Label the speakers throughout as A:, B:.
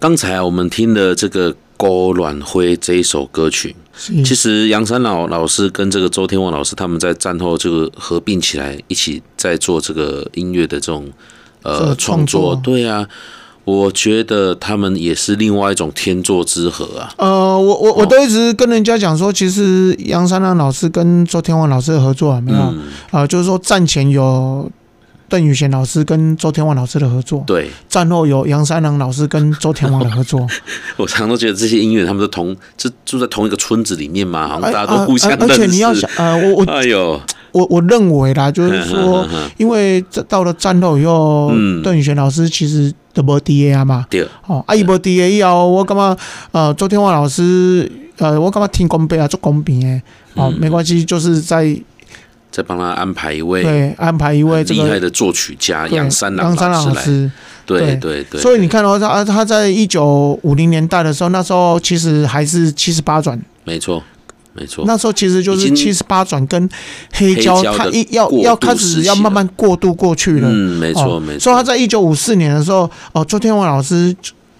A: 刚才啊，我们听的这个《勾卵灰》这一首歌曲，其
B: 是
A: 实杨三老老师跟这个周天旺老师他们在战后这个合并起来，一起在做这个音乐的这种
B: 这
A: 呃
B: 个
A: 创
B: 创
A: 作
B: 作。
A: 对啊，我觉得他们也是另外一种天作之合啊。
B: 呃，我我我
A: 哦
B: 都一直跟人家讲说，其实杨三郎老师跟周天旺老师的合作啊，没有啊、
A: 嗯，
B: 呃就是说战前有邓宇贤老师跟周天旺老师的合作，
A: 对
B: 战后有杨三郎老师跟周天旺的合作，
A: 我常常都觉得这些音乐他们都同就住在同一个村子里面嘛，好像
B: 哎
A: 大家
B: 呃
A: 都互相
B: 呃
A: 认识。
B: 而且你要想，呃，我我
A: 哎呦，，
B: 我我认为啦，就是说
A: 嗯
B: 因为这到了战后以后
A: 嗯，
B: 邓宇贤老师其实都无 DA 啊嘛，
A: 对，
B: 哦，啊伊无 DA 以后，我感觉呃，周天旺老师，呃，我感觉挺公平啊，做公平的，哦，
A: 嗯
B: 没关系，就是在
A: 再帮他安排一位
B: 对安排一位
A: 很
B: 这
A: 厉害
B: 个
A: 的作曲家
B: 对
A: 杨三郎
B: 杨三郎
A: 老师
B: 老
A: 来，
B: 师，
A: 对
B: 对
A: 对对，
B: 所以你看哦，他啊他在一九五零年代的时候，那时候其实还是七十八转，
A: 没错没错，
B: 那时候其实就
A: 哦已
B: 是
A: 经
B: 七十八转跟黑
A: 黑
B: 胶
A: 胶，的
B: 它一要
A: 过渡
B: 要开始要慢慢过渡过去了。哦
A: 嗯，没错没
B: 所以他
A: 错，
B: 在一九五四年的时候，哦，周天旺老师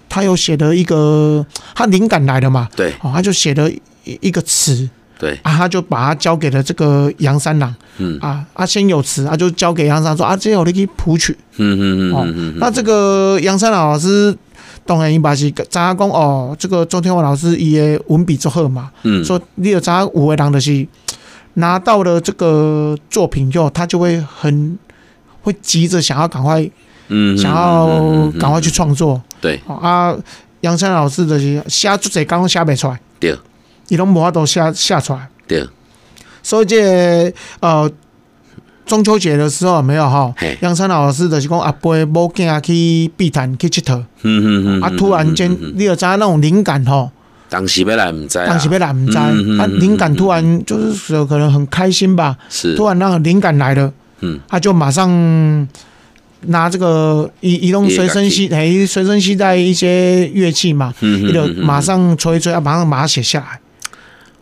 B: 他有写的一个，他灵感来了嘛，
A: 对
B: 哦，他就写了一一个词
A: 对，
B: 啊，他就把它交给了这个杨三郎
A: 嗯
B: 啊，啊，先有词啊，就交给杨三郎说啊，这有你去谱曲。
A: 嗯嗯嗯
B: 哦
A: 嗯嗯，
B: 那这个杨三郎老师。当然，伊嘛是知影讲哦，这个周天旺老师伊的文笔作好嘛，
A: 嗯
B: 所以你有知影有的人就是拿到了这个作品以后，他就会很会急着想要赶快
A: 嗯
B: 想要赶快去，创作。
A: 对
B: 哦啊，杨三老师就是写出侪工拢写袂出来，
A: 对，
B: 伊拢无法度写写出来。
A: 对，
B: 所以这个、呃中秋节的时候有没有哈
A: 嘿，
B: 杨三老师就是讲阿陪某囝去避谈去佚佗，
A: 嗯嗯嗯，
B: 啊突然间你就知影那种灵感吼，
A: 当时要来唔知，
B: 当时要来毋知，
A: 嗯嗯
B: 啊
A: 嗯
B: 灵感
A: 嗯
B: 突然就是有可能很开心吧，
A: 是
B: 突然那个灵感来了，
A: 嗯，
B: 他就马上拿这个移移动随身携，哎，随身携带一些乐器嘛，
A: 嗯
B: 你就马上吹一吹，啊，马上把它写下来，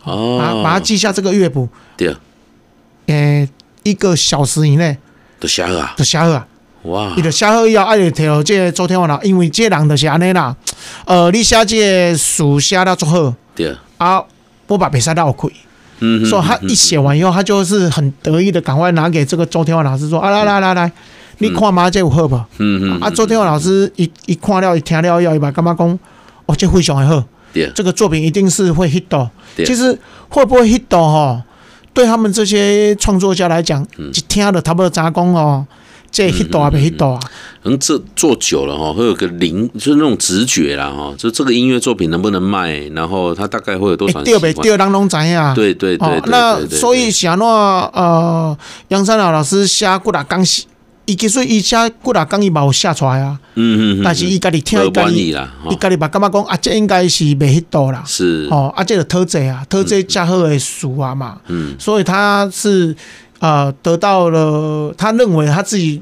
B: 把
A: 哦，
B: 把它记下这个乐谱，
A: 对，
B: 诶，一个小时以内
A: 就写啊，
B: 就写好啊，
A: 哇
B: 伊，就写好以后，爱啊就摕互这个周天旺啦，因为这个人就是安尼啦，呃，你写这个词写了足好，
A: 对，
B: 啊，我把比赛绕开。
A: 嗯，
B: 所以他一写完以后，他就是很得意的，赶快拿给这个周天旺老师说：“啊，来来来来，你看嘛，这有好不？”
A: 嗯嗯
B: 啊，周天旺老师一一看了，一听了要一把干嘛讲？哦，这非常的好，
A: 对
B: 这个作品一定是会 hit 到。
A: 对
B: 其实会不会 hit 到哈？对他们这些创作家来讲，
A: 嗯
B: 一听了差不多咋讲哦，这 hit 到啊，没 hit 到啊？
A: 可能这做久了哈，会有个灵，就是那种直觉啦哈，就这个音乐作品能不能卖，然后它大概会有多少
B: 哎，对
A: 人
B: 不
A: 喜欢？
B: 对？人拢知影啊。
A: 对对对
B: 哦，
A: 对，
B: 那所以想那呃，杨三郎老师写几啊工是，伊其实伊写几啊工伊嘛有写出来啊，
A: 嗯嗯，
B: 但是伊家己听
A: 乐
B: 伊家
A: 观
B: 己，
A: 你啦，
B: 伊家己嘛感觉讲啊，这应该是袂迄度啦。
A: 是，
B: 哦，啊，这个特者啊，特者加好的书啊嘛，
A: 嗯
B: 所以他是呃得到了，他认为他自己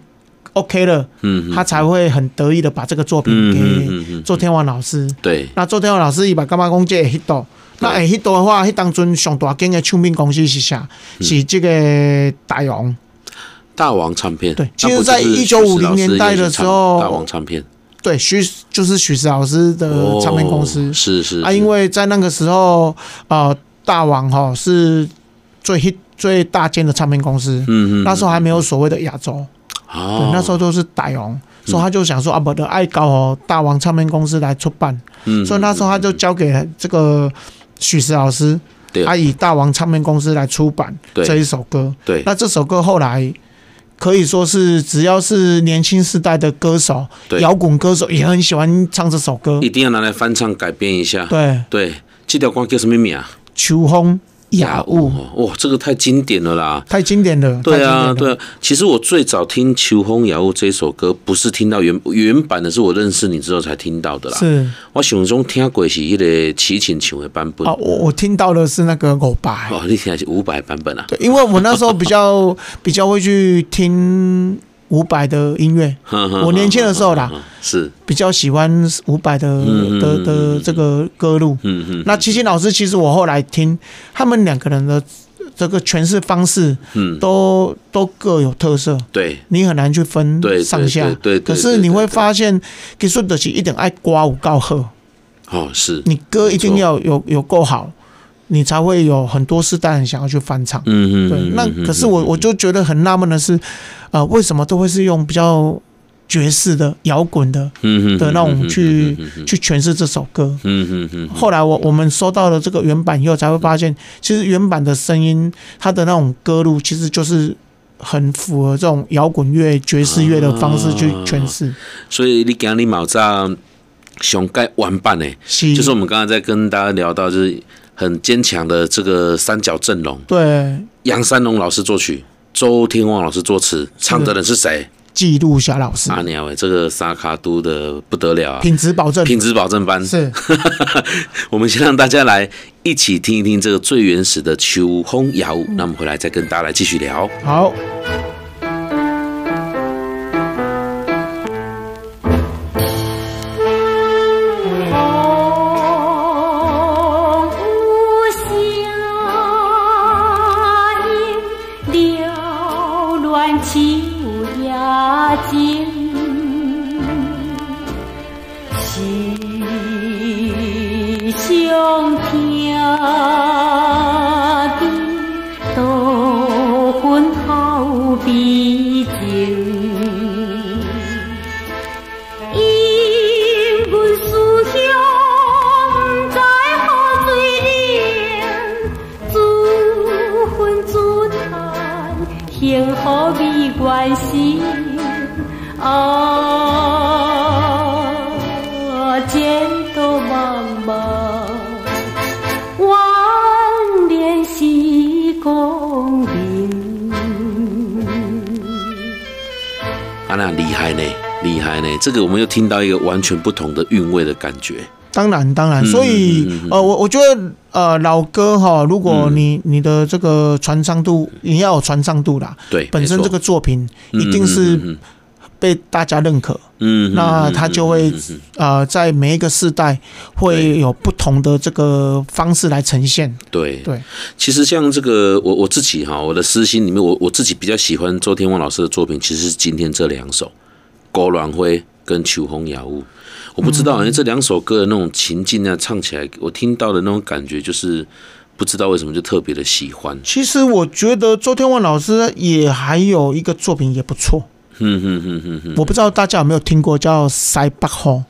B: OK 了，
A: 嗯，
B: 他才会很得意的把这个作品给
A: 嗯嗯嗯，
B: 周天旺老师。
A: 对，
B: 那周天旺老师伊嘛感觉讲这会 hit 到，那会 hit 到的话，迄当阵上大间的唱片公司是啥？
A: 嗯
B: 是这个大王。
A: 大王唱片，大王唱片哦
B: 对，许就是许石老师的呃唱片公司、
A: 是是
B: 啊，因为在那个时候，呃，大王哈是最 hit 最大间的唱片公司，
A: 嗯嗯，
B: 那时候还没有所谓的亚洲，对，
A: 啊，
B: 那时候都是大王。
A: 嗯
B: 所以他就想说啊，我的爱搞哦，大王唱片公司来出版，
A: 嗯，
B: 所以那时候他就交给这个许石老师，
A: 对
B: 他以大王唱片公司来出版
A: 对
B: 这一首歌。
A: 对
B: 那这首歌后来可以说是只要是年轻世代的歌手
A: 对，
B: 摇滚歌手也很喜欢唱这首歌
A: 一。定要拿来翻唱改编一下，
B: 对，
A: 对，这条光叫什么名啊？
B: 秋风雅物，
A: 哇，这个太经典了啦。
B: 太经典了。
A: 哦对啊，
B: 太经嗯典了
A: 对啊。其实我最早听《秋风雅物》这首歌，不是听到原原版的，是我认识你之后才听到的啦。
B: 是
A: 我想中听过是迄个齐秦唱的版本，
B: 啊，我我听到的是那个偶白，
A: 哦，你听的是伍佰版本啊？
B: 对，因为我那时候比 较比较会去听伍佰的音乐，
A: 我
B: 我年轻的时候啊
A: 嗯
B: 啦，
A: 是，
B: 比较喜欢伍佰的
A: 嗯嗯
B: 的的这个歌路。
A: 嗯嗯，
B: 那齐秦老师，其实我后来听他们两个人的这个诠释方式
A: 嗯，
B: 都都各有特色，
A: 对，
B: 你很难去分
A: 对对
B: 上下
A: 对对对。
B: 可
A: 对
B: 是
A: 对
B: 你
A: 对
B: 会发现，其实就是一定爱刮有够好，
A: 哦，是，
B: 你歌一定
A: 没错
B: 要有有够好，你才会有很多世代人想要去翻唱。
A: 嗯嗯
B: 对
A: 嗯，，
B: 那
A: 嗯
B: 可是我我就觉得很纳闷的是，呃，为什么都会是用比较爵士的、摇滚的
A: 嗯嗯
B: 的那种去，
A: 嗯嗯
B: 去诠释这首歌？
A: 嗯嗯嗯，
B: 后来我我们收到了这个原版以后，才会发现，其实原版的声音，它的那种歌路，其实就是很符合这种摇滚乐、爵士乐的方式去诠释。
A: 所以你讲你毛早上盖完版呢，
B: 是，
A: 欸就是我们刚才在跟大家聊到，就是很坚强的这个三角阵容，
B: 对
A: 杨三龙老师作曲，周天旺老师作词，唱的人是谁？
B: 记录霞老师
A: 阿娘哎，这个沙卡都的不得了啊！
B: 品质保证
A: 品质保证班，
B: 是
A: 我们先让大家来一起听一听这个最原始的秋风雅舞，那我们回来再跟大家来继续聊。
B: 好。
C: 风无暇影，缭乱秋夜静。是上听的多分好比情。因阮思乡，不知何罪人，自恨自叹，幸福未原心。啊，前途茫茫，万念是功名。
A: 啊，那厉害呢，厉害呢！这个我们又听到一个完全不同的韵味的感觉。
B: 当然，当然，
A: 嗯
B: 所以、
A: 嗯嗯嗯
B: 呃，我我觉得呃，老歌哈，如果你、你的这个传唱度，你要有传唱度啦，
A: 对，
B: 本身
A: 没
B: 这
A: 错
B: 个作品
A: 嗯
B: 一定是
A: 嗯
B: 被大家认可，
A: 嗯嗯嗯嗯嗯
B: 那它就会
A: 嗯嗯嗯
B: 呃，在每一个世代会
A: 对
B: 有不同的这个方式来呈现。
A: 对
B: 对，
A: 其实像这个，我我自己哈，我的私心里面，我我自己比较喜欢周天旺老师的作品，其实是今天这两首《狗卵灰》跟《秋风雅物》。我不知
B: 嗯
A: 道，因为这两首歌的那种情境啊，唱起来，我听到的那种感觉，就是不知道为什么就特别的喜欢。
B: 其实我觉得周天旺老师也还有一个作品也不错，
A: 嗯哼哼哼哼。
B: 我不知道大家有没有听过叫《塞北吼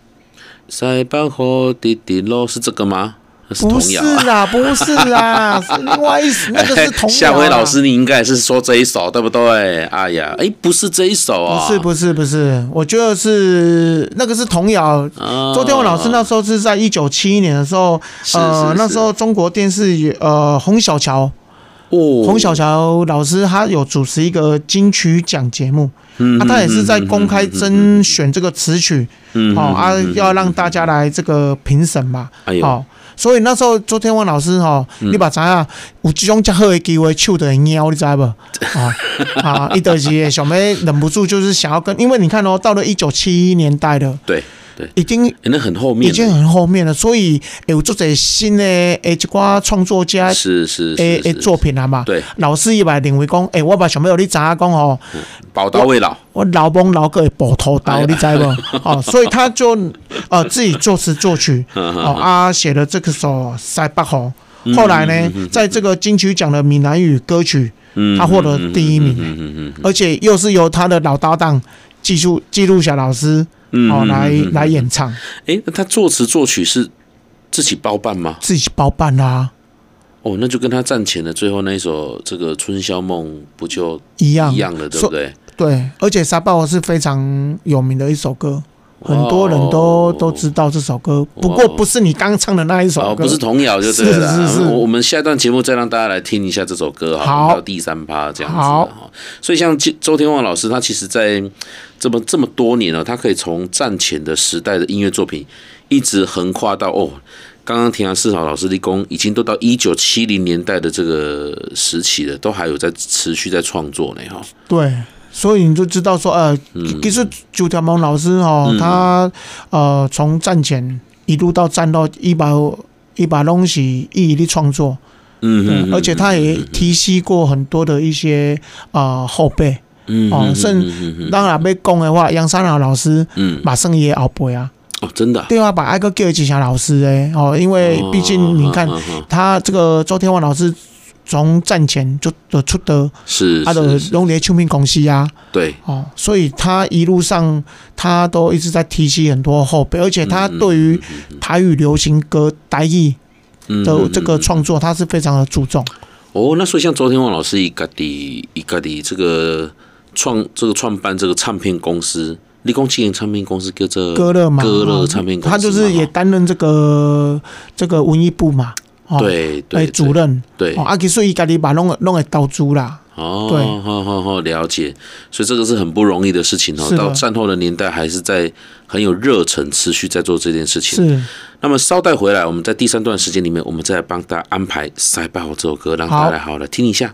A: 塞班河滴滴落是这个吗？那》？是
B: 不
A: 童
B: 是
A: 谣 啊。
B: 啦， 不是啦，是另外一首那个是童谣啊。
A: 夏辉老师，你应该也是说这一首对不对？哎呀，哎，不是这一首啊、
B: 不是不是不是，我觉得是那个是童谣。
A: 啊
B: 周天旺老师那时候是在一九七一年的时候，
A: 是
B: 呃，
A: 是
B: 那时候中国电视有呃洪小乔，
A: 哦，
B: 洪小乔老师他有主持一个金曲奖节目，
A: 嗯，
B: 啊，他也是在公开甄
A: 嗯，
B: 选这个词曲，
A: 嗯
B: 哦啊
A: 嗯嗯嗯，
B: 要让大家来这个评审嘛
A: 哎，呦嗯
B: 哦，所以那时候周天旺老师哈，你把知影有这种较好的机会，手的猫，你知不？啊啊，一德是小妹忍不住就是想要跟，因为你看哦，到了一九七一年代了，
A: 对对，
B: 已经
A: 诶那很后面
B: 已
A: 了，
B: 经很后面了，所以会有做者新的诶一寡创作家
A: 是是
B: 呃诶
A: 是
B: 诶
A: 是
B: 作品啊嘛，
A: 对，
B: 老师伊嘛认为讲，诶，我把想要你知影讲哦。
A: 宝刀未老，
B: 我老翁老哥会补头
A: 哎
B: 刀，你知 无？哦，所以他就呃自己作词 作曲，哦啊写了这个首《塞北吼》，
A: 嗯
B: 后来呢，在这个金曲奖的闽南语歌曲，
A: 嗯，
B: 他获得第一名
A: 嗯嗯嗯嗯
B: 而且又是由他的老搭档记录记录霞老师
A: 嗯
B: 哦
A: 嗯
B: 来
A: 嗯嗯
B: 来演唱，
A: 诶，那他作词作曲是自己包办吗？
B: 自己包办啊啦，
A: 哦，那就跟他战前的最后那一首这个《春宵梦》不就
B: 一样
A: 一样了，对不
B: 所
A: 对？
B: 对，而且《沙暴》是非常有名的一首歌。很多人
A: 哇哦
B: 都都知道这首歌，不
A: 哇
B: 过
A: 哦
B: 不是你刚唱的那一首
A: 哦，
B: 歌，
A: 不是童谣就对了啦。
B: 是是是
A: 我我们下一段节目再让大家来听一下这首歌
B: 好
A: 哈，到第三趴这样子
B: 好
A: 啊哈。所以像周周天旺老师，他其实在这么这么多年了，他可以从战前的时代的音乐作品，一直横跨到哦。刚刚田阳市场老师立功，已经都到一九七零年代的这个时期了，都还有在持续在创作呢，哈。
B: 对，所以你就知道说，呃，
A: 嗯
B: 其实九条毛老师哦，他呃从战前一路到战后，一把一把东西一直创作，
A: 嗯，
B: 而且他也提携过很多的一些啊、呃后辈。
A: 嗯
B: 哦，甚当然要讲的话，杨三郎老师
A: 嗯
B: 马上也后辈啊，
A: 哦，真的啊，
B: 对啊，把爱哥叫几下老师诶，哦，因为毕竟你看
A: 哦哦哦哦
B: 他这个周天旺老师从战前就就出的，
A: 是
B: 他的
A: 是是
B: 龙蝶唱片公司啊，
A: 对，
B: 哦，所以他一路上他都一直在提起很多后辈，而且他对于台语流行歌、台语
A: 嗯
B: 的
A: 嗯
B: 这个创作，他是非常的注重。
A: 哦，那所以像周天旺老师，伊家己伊家己这个创这个创办这个唱片公司，立功经营唱片公司叫做
B: 歌乐嘛，
A: 歌乐
B: 哦
A: 唱片公司嘛，
B: 他就是也
A: 哈
B: 担任这个这个文艺部嘛，哦，
A: 对
B: 哎，
A: 对
B: 主任，
A: 对
B: 哦，啊，其实伊家己把弄弄会投资啦，
A: 哦，
B: 对
A: 好好好，了解。所以这个是很不容易的事情哦
B: 是。的
A: 到战后的年代，还是在很有热忱，持续在做这件事情。
B: 是
A: 那么稍待回来，我们在第三段时间里面，我们再来帮大家安排《塞巴号》这首歌，让大家
B: 好
A: 来好好来听一下。